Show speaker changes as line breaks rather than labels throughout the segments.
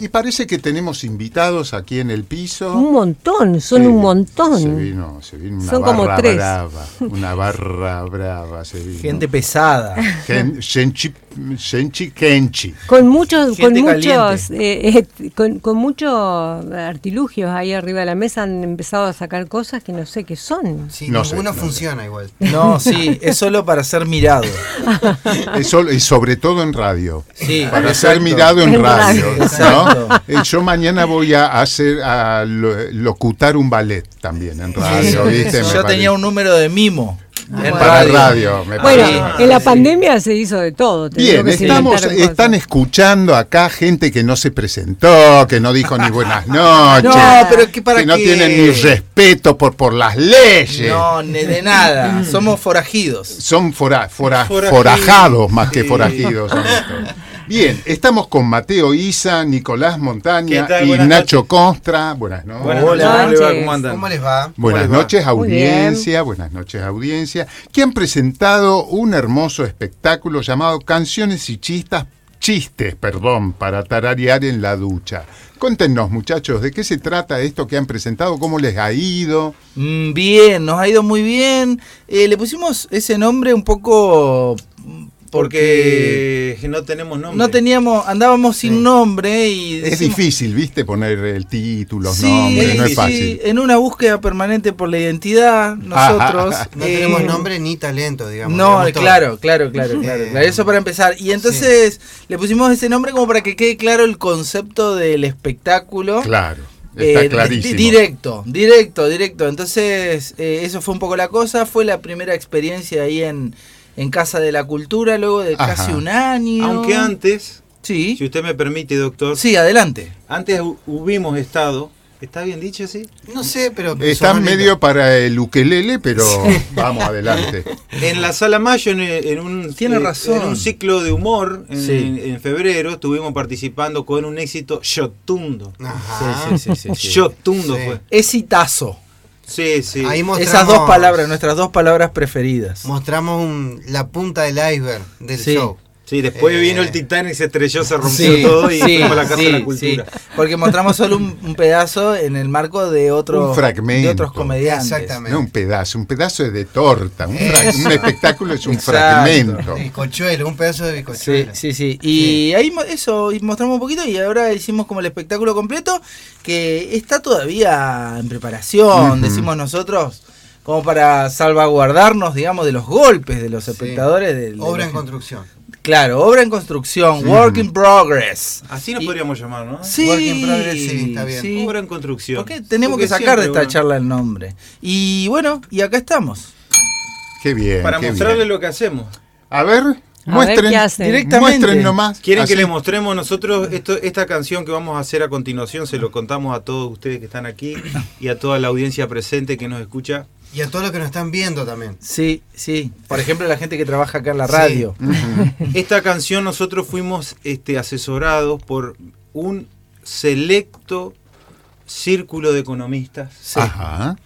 y parece que tenemos invitados aquí en el piso.
Un montón, Mm, son
Sí,
un montón.
Se vino, se vino una
Son
barra
como tres.
brava, una barra brava se vino.
Gente pesada.
Gen- Genchi, genchi Kenchi.
Con muchos, con
Gente
muchos, eh, eh, con, con muchos artilugios ahí arriba de la mesa han empezado a sacar cosas que no sé qué son.
Sí,
No sé,
ninguno
no sé.
funciona igual.
No, sí, es solo para ser mirado.
Eso, y sobre todo en radio.
Sí,
Para
exacto.
ser mirado en
En
radio.
radio.
¿no?
Exacto.
Eh, Yo mañana voy a hacer a lo- locutar un ballet también en radio. ¿viste? Me
Yo tenía
parece. Ah,
un número de mimo. en
para radio, me
Bueno,
parece.
en la pandemia se hizo de todo. te digo
Bien,
que se
estamos, eh,
inventaron cosas.
están escuchando acá gente que no se presentó, que no dijo ni buenas noches,
No, pero que para
que no
qué.
tienen ni respeto por, por las leyes.
No, ni de nada. Somos forajidos.
Son fora- fora-
Forajidos.
forajados más que
Sí.
forajidos. son estos. Bien, estamos con Mateo Isa, Nicolás Montaña
¿Qué tal?
y
Buenas
Nacho Costra. Buenas noches.
Buenas
Hola.
noches, ¿cómo le va?
Noches.
¿Cómo andan?
¿Cómo les va?
Buenas
¿Cómo les va?
noches
Muy bien.
audiencia, buenas noches audiencia, que han presentado un hermoso espectáculo llamado Canciones y Chistas, Chistes, perdón, para tararear en la ducha. Cuéntenos muchachos, ¿de qué se trata esto que han presentado? ¿Cómo les ha ido?
Mm, Bien, nos ha ido muy bien. Eh, le pusimos ese nombre un poco mm, porque
Porque no tenemos nombre.
no teníamos, andábamos sin nombre y
Es
decimos-
difícil, viste, poner el título, los
Sí,
nombres, no es
sí,
fácil.
en una búsqueda permanente por la identidad, nosotros
No
eh,
tenemos nombre ni talento, digamos.
No,
digamos todo.
claro, claro, claro, claro,
Eh,
claro. Eso para empezar. Y entonces le pusimos ese nombre como para que quede claro el concepto del espectáculo.
Claro,
Eh,
está
di-
clarísimo.
Directo, directo, directo. Entonces, eh, eso fue un poco la cosa. Fue la primera experiencia ahí en, en Casa de la Cultura, luego de
Ajá.
casi un año.
Aunque antes, si
Sí,
usted me permite, doctor,
sí, adelante.
antes hu- hubimos estado. ¿Está bien dicho así?
No sé, pero.
Está
sonó lindo.
medio para el ukelele, pero vamos adelante.
En la Sala Mayo, en, en un,
Tiene
eh,
razón.
en un ciclo de humor, en,
Sí.
en- en febrero, estuvimos participando con un éxito yotundo.
Ah.
Ajá.
Yotundo
Sí.
fue.
Exitazo.
Sí, sí.
Ahí mostramos,
Esas dos palabras, nuestras dos palabras preferidas.
Mostramos un- la punta del iceberg del
Sí.
show.
Sí, después
Eh.
vino el Titanic, se estrelló, se rompió todo y
sí,
fuimos a la Casa de
sí,
la Cultura.
sí. Porque mostramos solo un, un pedazo en el marco de otro
Un fragmento.
de otros comediantes.
Exactamente.
No un pedazo, un pedazo es de torta, un, fra-
Eso.
un espectáculo es un
Exacto.
fragmento.
Bicochuelo, un pedazo de
Sí,
bicochuelo.
sí, sí. Y ahí mo- eso, y mostramos un poquito y ahora hicimos como el espectáculo completo que está todavía en preparación,
Ujú.
decimos nosotros, como para salvaguardarnos, digamos, de los golpes de los
Sí.
espectadores. del- de
Obra
la
en
gente.
construcción.
Claro, obra en construcción, work in progress.
Así nos
Y-
podríamos llamar, ¿no?
Sí,
Work in progress, sí, está bien.
sí.
Obra en construcción.
Porque tenemos
Porque
que sacar de esta
siempre uno-
charla el nombre. Y bueno, y acá estamos.
Qué bien.
Para
qué
mostrarle
bien.
lo que hacemos.
A ver, muestren,
qué hacen.
Directamente.
muestren nomás.
¿Quieren
Así.
que le mostremos nosotros esto, esta canción que vamos a hacer a continuación? Se lo contamos a todos ustedes que están aquí y a toda la audiencia presente que nos escucha.
Y a todos los que nos están viendo también.
Sí, sí. Por ejemplo, la gente que trabaja acá en la
Sí. Mm.
radio.
Esta canción nosotros fuimos este, asesorados por un selecto círculo de economistas
Sí.
Ajá.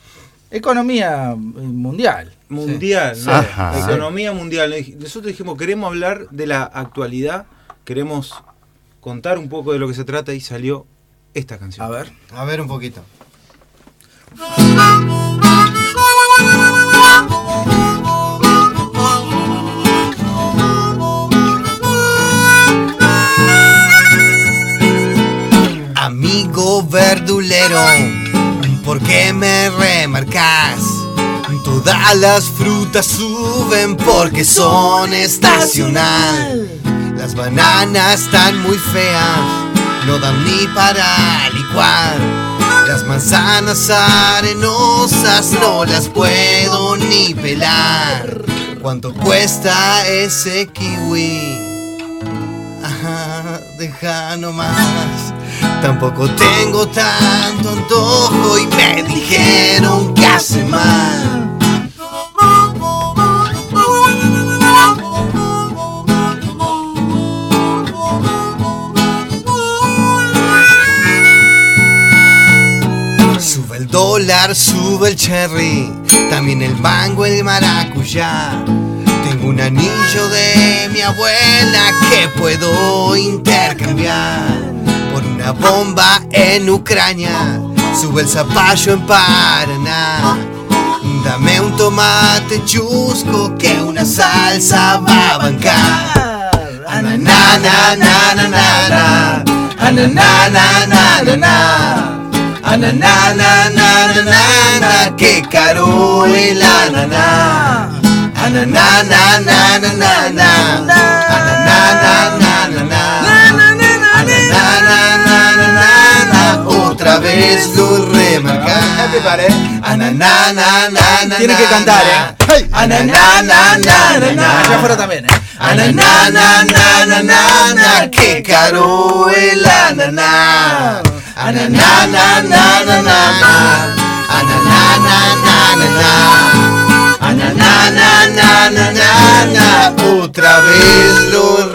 Economía eh, mundial.
mundial, ¿no?
Ajá.
economía mundial. Nos dij- Nosotros dijimos, queremos hablar de la actualidad, queremos contar un poco de lo que se trata y salió esta canción.
A ver.
A ver un poquito. Amigo verdulero, ¿por qué me remarcas? Todas las frutas suben porque son estacional. Las bananas están muy feas, no dan ni para licuar. Las manzanas arenosas no las puedo ni pelar. ¿Cuánto cuesta ese kiwi? Ajá, deja nomás. Tampoco tengo tanto antojo y me dijeron que hace mal. Sube el dólar, sube el cherry, también el mango, el maracuyá. Tengo un anillo de mi abuela que puedo intercambiar por una bomba en Ucrania. Sube el zapallo en Paraná. Dame un tomate chusco que una salsa va a bancar. Na, na, na, na, na, na, na. Ah, na, na, na, na, na, na. Ah, na, na, na, na, na, na, na. Que caro y la na, na. Ah, na, na, na, na, na, na, na. Ah, na, na, na, na, na, na. Ah, na, na, na, na, na, na, na. Otra vez lo remarcar.
Ya preparé.
Ah, na, na, na, na, na,
Tiene que
na,
cantar,
na.
¿eh?
¡Hey!
Ah, na, na, na, na, na, na. Ah,
Allá afuera también, ¿eh?
Ananana, que caro el ananá. Ananana, nanana. Ananana, nanana. Ananana, nanana. Otra vez lo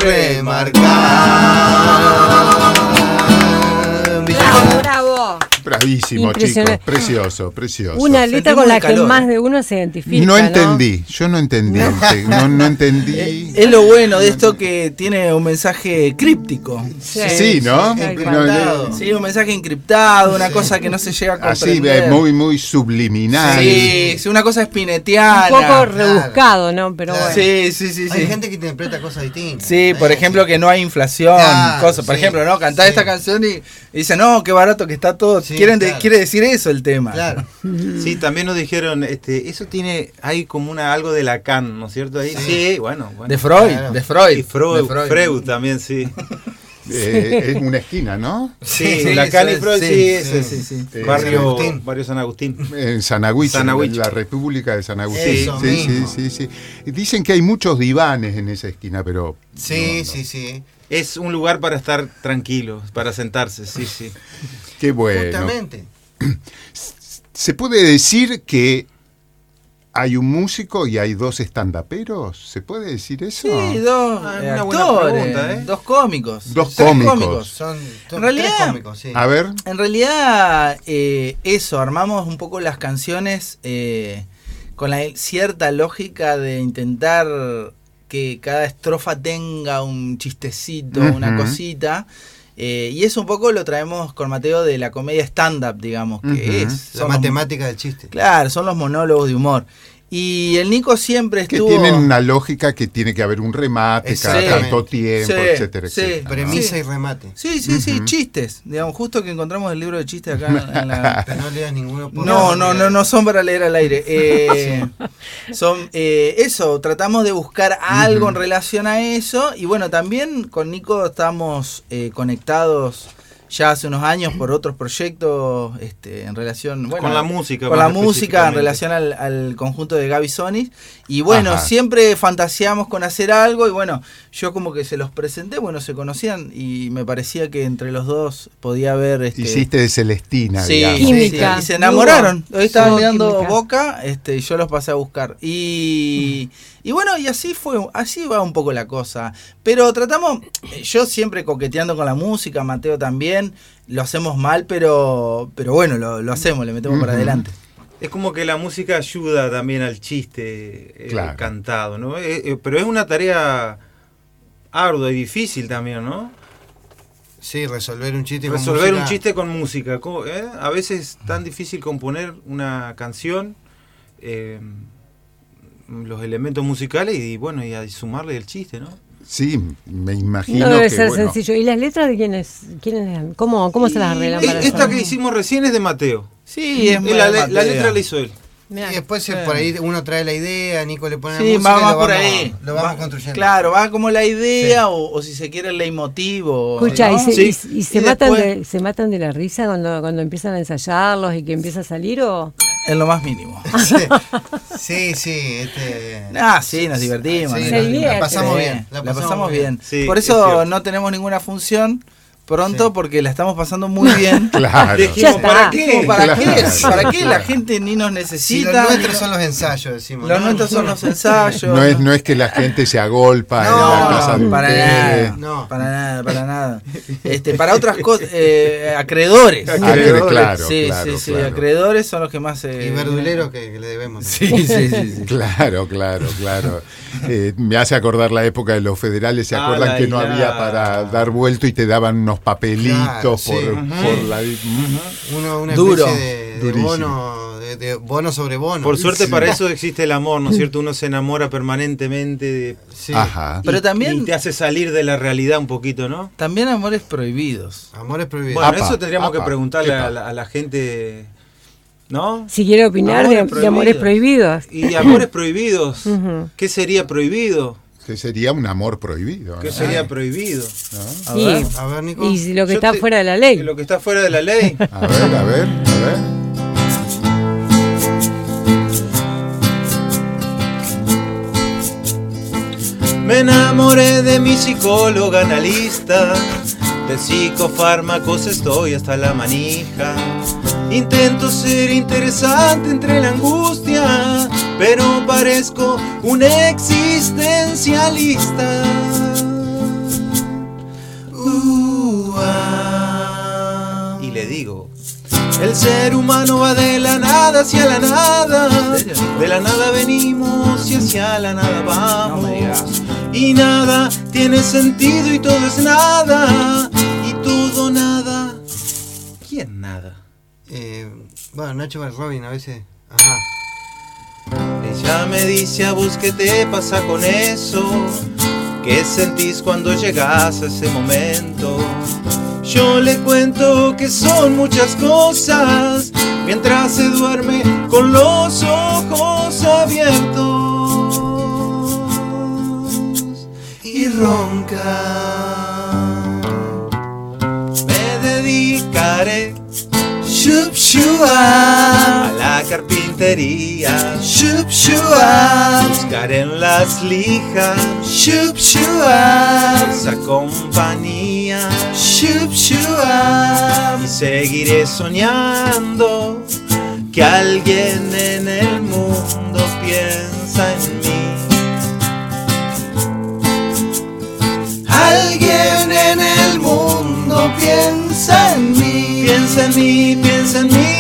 remarcar.
Bravo, bravo.
Bravísimo, chicos.
Impresionante.
Precioso, precioso.
Una letra con la
muy
que
calor.
más de uno se identifica.
no entendí, yo no entendí. te- No, no entendí.
Es lo bueno de esto que tiene un mensaje críptico.
Sí, ¿no?
tal cual.
No, no,
Sí, un mensaje encriptado, una cosa que no se llega a
Así,
comprender.
eh, muy, muy subliminal.
Sí, sí, una cosa
Un
espinetiana.
poco rebuscado, ¿no? Pero
Claro.
bueno.
Sí, sí, sí,
Hay
sí.
gente que interpreta cosas distintas.
Sí, por ejemplo que no hay inflación,
Claro,
cosas. Por
sí,
ejemplo, ¿no? Cantar
sí.
esta canción y, y dicen, no, qué barato que está todo.
Sí,
Quieren de-
claro.
Quiere decir eso el tema.
Claro.
Sí,
Mm.
también nos dijeron, este, eso tiene, hay como una algo de Lacan, ¿no es cierto? Ahí sí, bueno, bueno.
De Freud,
Claro.
de Freud.
Y Freud,
de Freud.
Freud también, sí.
Eh, es una esquina, ¿no?
Sí, Lacan y
eso es,
Freud, sí, ese,
sí, sí,
sí.
San
Barrio,
Agustín.
barrio San Agustín.
En Sanagüich, en
Sanagüich.
la República de Sanagüich.
Eso
Sí, sí,
mismo.
sí, sí. Dicen que hay muchos divanes en esa esquina, pero
Sí, sí, sí.
Es un lugar para estar tranquilo, para sentarse, sí, sí.
qué bueno.
Justamente.
¿Se puede decir que hay un músico y hay dos estandaperos? ¿Se puede decir eso?
Sí, dos
Ah,
eh,
una buena
actores,
pregunta, ¿eh?
dos cómicos.
Dos
tres
cómicos.
Son son
En
tres
realidad-
cómicos, sí.
A ver,
En realidad, eh, eso, armamos un poco las canciones eh, con la cierta lógica de intentar que cada estrofa tenga un chistecito, una
Ujú.
cosita. eh, y eso un poco lo traemos con Mateo de la comedia stand-up, digamos, que
Ujú.
es.
La
son los-
matemática del chiste.
claro, son los monólogos de humor. Y el Nico siempre
que
estuvo.
tienen una lógica que tiene que haber un remate cada
Exactamente.
tanto tiempo,
Sí,
etcétera,
sí.
etcétera. ¿no?
Premisa
Sí.
y remate.
Sí, sí, sí, chistes. Digamos, justo que encontramos el libro de chistes acá en- en la.
Pero no leas ninguno por
No, no, no, no son para leer al aire. Eh, son eh, eso, tratamos de buscar algo en relación a eso. Y bueno, también con Nico estamos eh, conectados ya hace unos años por otros proyectos este, en relación bueno,
Con la música,
con
más
la música en
específicamente.
relación al, al conjunto de Gaby Sonis y bueno
Ajá.
siempre fantaseamos con hacer algo y bueno yo como que se los presenté bueno se conocían y me parecía que entre los dos podía haber este,
Hiciste de Celestina,
Sí,
digamos.
Química.
sí, Y se enamoraron.
Hubo.
Hoy estaban
Hubo
mirando
química.
Boca, este, y yo los pasé a buscar. Y,
Mm.
y bueno, y así fue, así va un poco la cosa. Pero tratamos, yo siempre coqueteando con la música, Mateo también, lo hacemos mal, pero, pero bueno, lo, lo hacemos, le metemos para
Ujú.
adelante.
Es como que la música ayuda también al chiste eh,
Claro.
cantado, ¿no? Eh, eh, pero es una tarea ardua y difícil también, ¿no?
Sí, resolver un chiste. con
Resolver un
música.
chiste con música. co- eh, A veces es tan difícil componer una canción, eh, los elementos musicales y bueno, y a sumarle el chiste, ¿no?
Sí, me imagino
No debe
que,
ser
bueno,
sencillo. ¿Y las letras de quiénes? quiénes eran? ¿Cómo, cómo se las
Y
arreglan
e-
para
Esta
hacer?
que hicimos recién es de Mateo.
Sí, es
la, le- la letra la hizo él.
Mirá. eh.
Y después se- por ahí uno trae la idea, Nico le pone la
Sí,
música.
va,
y
va
lo
por
vamos-
ahí.
Lo vamos
Va-
construyendo.
Claro, va como la idea o, o si se quiere el leitmotiv. o-
Escucha,
¿no?
y se,
Sí.
y se- y se
Y
matan
después-
de, se matan de la risa cuando, cuando empiezan a ensayarlos y que empieza a salir o
En lo más mínimo.
Sí, sí, este.
Ah, sí, nos divertimos.
Sí,
nos
Se
la-
divertimos.
la pasamos
Sí,
bien.
La pasamos bien.
Sí,
Por
es cierto.
eso no tenemos ninguna función pronto
Sí.
porque la estamos pasando muy bien.
Claro.
Ah, ya
Dejé- Dijimos,
está.
¿para
Dijimos, ¿Para
Claro.
qué? ¿Para qué la
Claro.
gente ni nos
Sí,
necesita?
los nuestros son los ensayos, decimos.
Los
¿no?
nuestros son los ensayos.
No es, no es que la gente se agolpa en
No,
la casa de
para
ustedes.
nada,
No.
para nada, para nada, nada. Este, para otras cosas, eh, acreedores.
Acreedores, claro,
Sí,
claro,
sí, sí,
claro.
acreedores son los que más... eh,
Y verdulero que, que le debemos.
Sí, sí, sí. sí.
Claro, claro, claro. Eh, me hace acordar la época de los federales. ¿Se
Ah,
acuerdan
la
que no
ira.
había para dar vuelto y te daban unos papelitos
Claro,
por,
sí.
por la.
Uno, una
Duro.
especie de, de
Durísimo.
bono, de, de bono sobre bono.
Por suerte
Sí.
para eso existe el amor, ¿no es cierto? Uno se enamora permanentemente de-
sí.
Ajá.
Pero
y-
también,
y te hace salir de la realidad un poquito, ¿no?
también amores prohibidos.
Amores prohibidos.
Bueno,
Apa,
eso tendríamos
apa,
que preguntarle
epa.
a la, a la gente, ¿no?
Si quiere opinar de,
Amores
de amores prohibidos.
Y amores prohibidos.
Ujú.
¿Qué sería prohibido?
Que sería un amor prohibido.
¿Qué
¿no?
sería prohibido?
A
Sí.
ver.
A ver, Nico.
Y si lo que
Yo
está
te-
fuera de la ley.
Lo que está fuera de la ley.
A ver, a ver, a ver.
Me enamoré de mi psicóloga analista. De psicofármacos estoy hasta la manija. Intento ser interesante entre la angustia, pero parezco un existencialista. Uh, ah. Y le digo, el ser humano va de la nada hacia la nada. De la nada venimos y hacia la nada vamos. y nada tiene sentido y todo es nada. Y todo nada. ¿Quién nada?
Eh, bueno, Nacho Bar- Robin a veces. Ah. Ajá.
Ella me dice a vos qué te pasa con eso. ¿Qué sentís cuando llegas a ese momento? Yo le cuento que son muchas cosas mientras se duerme con los ojos abiertos y ronca. Me dedicaré shup, shua, a la carpintería. Shup, shua, buscar en las lijas. Shup, shua, esa compañía. Shup, shua, y seguiré soñando que alguien en el mundo piensa en mí. Alguien en el mundo piensa en mí. Piensa en mí, piensa en mí.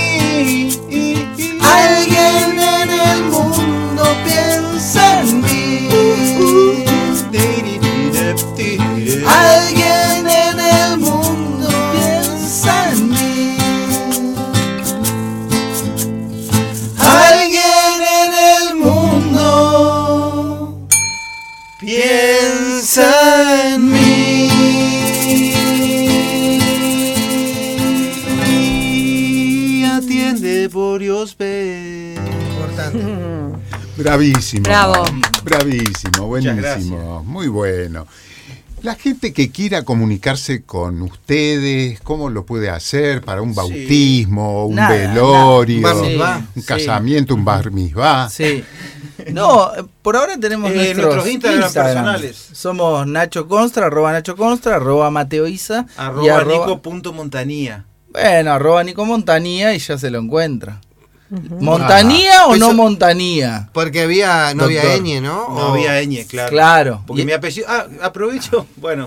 Alguien en el mundo piensa en mí. Alguien en el mundo piensa en mí. Alguien en el mundo piensa en mí. Atiende por Dios ve.
Importante.
Bravísimo.
Bravo.
Bravísimo, buenísimo,
gracias.
muy bueno. La gente que quiera comunicarse con ustedes, ¿cómo lo puede hacer para un bautismo, un
Nada,
velorio,
nada. Bar
un-
mitzvah.
un
Sí.
casamiento, un bar mitzvah?
Sí. No, eh, por ahora tenemos
Eh,
nuestros,
nuestros Instagram
Instagram.
personales.
Somos Nacho Constra, arroba Nacho Constra, arroba Mateo Isa. y
Arroba,
arroba-
Nico punto Montanía.
Bueno, arroba Nico Montanía y ya se lo encuentra. ¿Montanía
Ah,
Ajá.
o no
Eso-
Montanía?
Porque había, no había
Doctor.
ñ, ¿no?
No
O-
había ñ, claro.
Oh. Claro.
Porque
Y-
mi apellido. Ah, aprovecho. Bueno.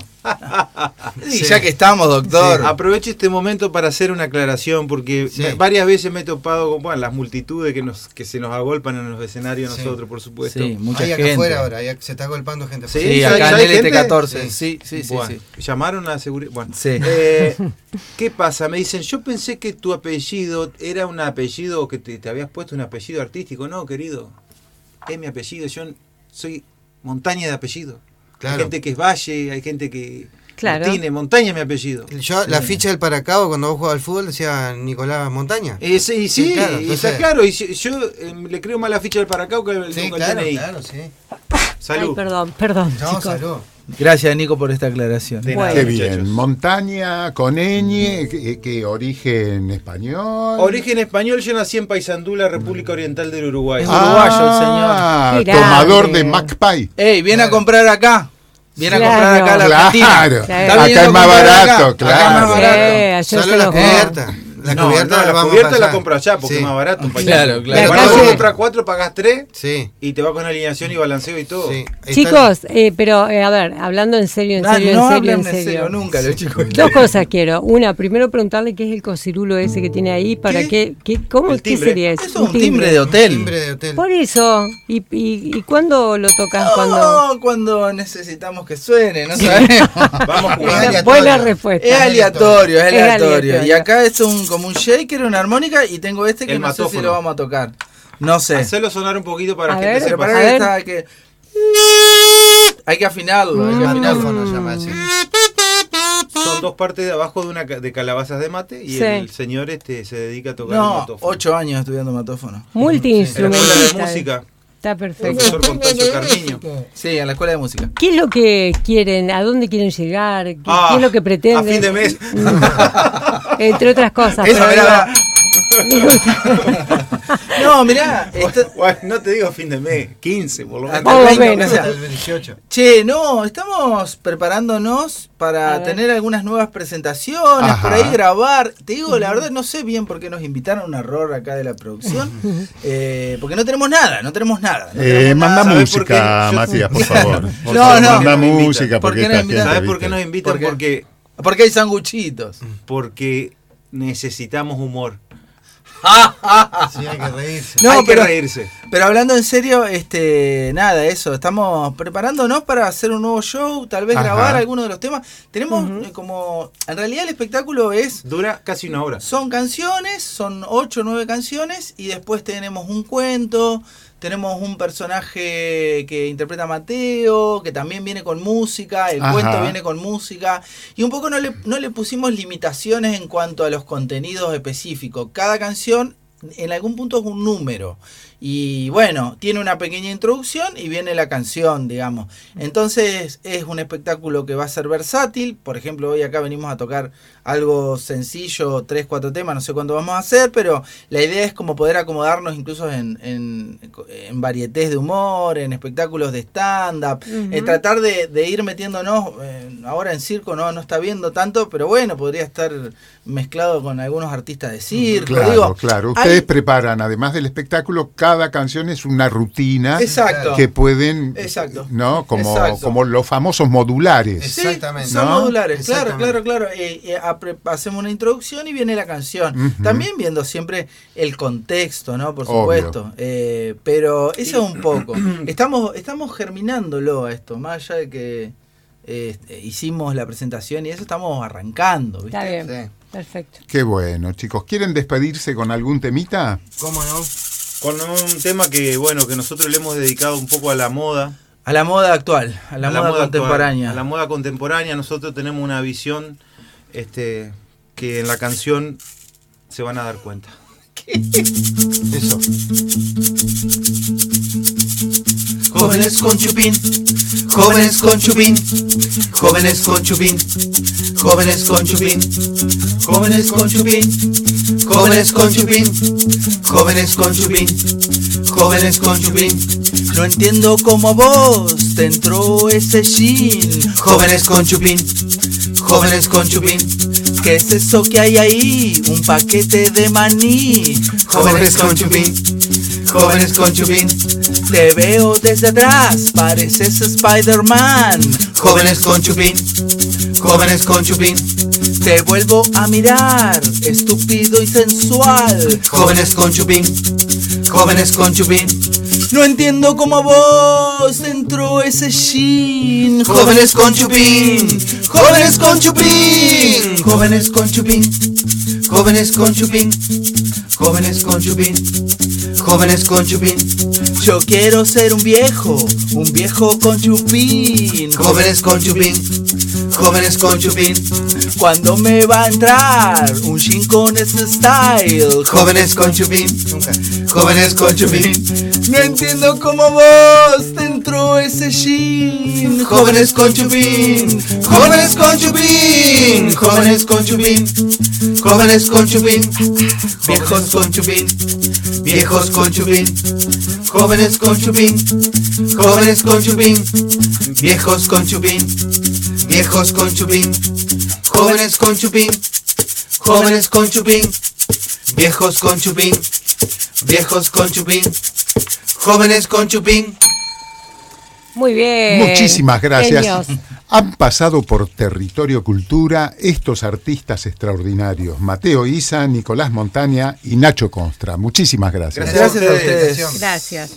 Y ya que estamos, doctor.
Sí. Aprovecho este momento para hacer una aclaración, porque
Sí.
me- varias veces me he topado con bueno, las multitudes que, nos, que se nos agolpan en los escenarios
Sí.
nosotros, por supuesto.
Sí, mucha
Hay acá
gente.
afuera ahora, hay- se está golpando gente.
Sí,
Sí,
¿Ya-
acá
ya
en
hay
el
gente?
LT14. Sí, sí, sí.
Bueno,
sí.
Llamaron a la seguridad. Bueno.
Sí.
Eh, ¿Qué pasa? Me dicen, yo pensé que tu apellido era un apellido, que te, te habías puesto un apellido artístico. No, querido, es mi apellido. Yo soy montaña de apellido. Hay
Claro.
gente que es Valle, hay gente que...
Claro.
Tiene montaña es mi apellido.
Yo, la ficha del Paracabo cuando vos jugabas al fútbol decía Nicolás Montaña.
Eh, sí, y sí,
Sí, claro,
y
entonces-
está claro. Y yo, yo, eh, le creo más la ficha del Paracau que el
Sí,
Boca
claro,
TNI.
claro, sí.
Salud.
Ay, perdón, perdón,
No,
chicos.
salud.
eh,
Gracias, Nico, por esta aclaración.
De
Bueno.
nada,
Qué
muchachos.
bien, montaña con ñ, que, que origen español.
Origen español, yo nací en Paysandú, la República Oriental del Uruguay.
Es
Ah,
Ah,
uruguayo el señor. Qué
Tomador de
grande.
McPie.
Ey, viene a comprar acá. Viene
Claro.
a comprar acá a la
Claro,
Argentina.
acá
viniendo
es
a
más
comprar
barato,
Acá es
claro.
más
Sí,
barato.
ayer
Solo
se
la
enojó.
cubierta. La
no,
cubierta
no,
la
la,
vamos
cubierta
a
la
pasar.
compras allá porque
Sí.
es más barato. un pañal.
Claro, claro.
Te
La
vas a
calle-
comprar cuatro, pagás tres
Sí.
y te va con alineación y balanceo y todo.
sí. Ahí está.
Chicos, eh, pero eh, a ver, hablando en serio, en
No,
serio,
Ah, no
en serio,
hablen
en
en
serio.
serio nunca, los chicos.
Dos cosas quiero. Una, primero preguntarle qué es el cocirulo ese que tiene ahí, para qué, qué, cómo,
El
qué
timbre.
sería
Eso
eso.
es un timbre de
Timbre
hotel.
de hotel.
Por eso. ¿Y, y, y cuándo lo tocas? cuando
No, cuando necesitamos que suene, no sabemos.
Vamos
Es
jugando.
aleatorio.
Buena respuesta.
Es aleatorio, es
Es
aleatorio.
aleatorio.
Y acá es un como un shaker, una armónica y tengo este que
El
no sé
matófono.
si lo vamos a tocar. No sé.
Hacelo sonar un poquito para
A
que
ver.
te
Pero
sepa.
A
para que
ver.
está que hay que afinarlo,
Mm.
hay que
El
afinarlo.
matófono se llama así.
Son dos partes de abajo de una ca- de calabazas de mate y
Sí.
el señor este se dedica a tocar el
No,
matófono.
ocho años estudiando matófono.
En la escuela de
Multiinstrumentista.
música,
Está perfecto.
profesor Constancio Carmiño.
Sí, en la escuela de música.
¿Qué es lo que quieren? ¿A dónde quieren llegar? ¿Qué,
Ah,
qué es lo que pretenden? Mm.
A fin de mes.
Entre otras cosas.
Eso,
pero
mirá.
digo,
No, mirá, está-
Bueno, no te digo fin de mes, 15 por lo menos.
hasta el
Más o
20,
menos.
o sea,
El 18.
Che, no, estamos preparándonos
A
para
ver.
tener algunas nuevas presentaciones,
Ajá.
por ahí grabar. Te digo, la verdad, no sé bien por qué nos invitaron a un error acá de la producción, eh, porque no tenemos nada, no tenemos nada. no tenemos
Eh,
nada.
manda
¿sabes por
música,
qué? Yo-
Matías, por favor.
No,
Por favor, Manda
no.
¿Por qué no
música
invitan?
¿Por
porque
qué no
esta
invitan?
gente.
¿Sabes por
viste.
qué nos invitan?
¿Por qué?
Porque,
Porque hay sanguchitos.
Mm.
porque necesitamos humor.
Sí, hay que reírse.
No,
Hay
pero-
que reírse.
Pero hablando en serio, este, nada, eso, estamos preparándonos para hacer un nuevo show, tal vez
Ajá.
grabar alguno de los temas. Tenemos eh, como, en realidad el espectáculo es
Dura casi una hora.
Son canciones, son ocho o 9 canciones y después tenemos un cuento, tenemos un personaje que interpreta a Mateo, que también viene con música, el
Ajá.
cuento viene con música y un poco no le, no le pusimos limitaciones en cuanto a los contenidos específicos. Cada canción en algún punto es un número y bueno, tiene una pequeña introducción y viene la canción, digamos. Entonces es un espectáculo que va a ser versátil. Por ejemplo, hoy acá venimos a tocar algo sencillo, tres, cuatro temas, no sé cuánto vamos a hacer, pero la idea es como poder acomodarnos incluso en, en, en varietés de humor, en espectáculos de stand-up, eh, tratar de, de ir metiéndonos, eh, ahora en circo no, no está viendo tanto, pero bueno, podría estar mezclado con algunos artistas de circo.
Claro,
digo,
claro.
hay-
Ustedes preparan, además del espectáculo, cada canción es una rutina
Exacto.
que pueden,
Exacto.
¿no? Como,
Exacto.
como los famosos modulares.
Sí,
Exactamente.
son
¿No?
modulares, claro, claro,
Exactamente.
claro. Eh, eh, apre- hacemos una introducción y viene la canción.
Ujú.
También viendo siempre el contexto, ¿no? Por
Obvio.
supuesto. Eh, pero eso es un poco. Estamos, estamos germinándolo a esto, más allá de que eh, eh, hicimos la presentación y eso estamos arrancando, ¿viste?
Está bien.
Sí.
Perfecto.
Qué bueno, chicos. ¿Quieren despedirse con algún temita?
¿Cómo no?
Con un tema que, bueno, que nosotros le hemos dedicado un poco a la moda.
A la moda actual, a la, moda,
actual,
contemporánea.
a la moda contemporánea, nosotros tenemos una visión este, que en la canción se van a dar cuenta.
Eso.
Jóvenes con chupín,
Jóvenes con chupín, jóvenes con chupín, jóvenes con chupín, jóvenes con chupín, jóvenes con chupín, jóvenes con chupín, jóvenes con chupín,
no entiendo cómo vos te entró ese jean.
jóvenes con chupín, jóvenes con chupín,
¿Qué es eso que hay ahí? Un paquete de maní.
jóvenes con chupín, jóvenes con chupín,
Te veo desde atrás, pareces Spider-Man.
jóvenes con chupín, jóvenes con chupín,
Te vuelvo a mirar, estúpido y sensual.
jóvenes con chupín, jóvenes con chupín,
No entiendo cómo a vos entró ese jean.
jóvenes con chupín, jóvenes con chupín, jóvenes con chupín, jóvenes con chupín, jóvenes con chupín, jóvenes con chupín,
Yo quiero ser un viejo, un viejo con chupín.
jóvenes con chupín, jóvenes con chupín,
Cuando me va a entrar un jean con ese style.
jóvenes con chupín, jóvenes con chupín,
No entiendo cómo vos te entró ese jean.
jóvenes con chupín, jóvenes con chupín, jóvenes con chupín, jóvenes con chupín, viejos con chupín, viejos con chupín, jóvenes con chupín, jóvenes con chupín, viejos con chupín, viejos con chupín, jóvenes con chupín, jóvenes con chupín,
Viejos con chupín, viejos con chupín, jóvenes con chupín.
Muy bien.
Muchísimas gracias.
Eh, Genios.
Han pasado por Territorio Cultura estos artistas extraordinarios, Mateo Isa, Nicolás Montaña y Nacho Constra. Muchísimas gracias.
Gracias a ustedes.
Gracias.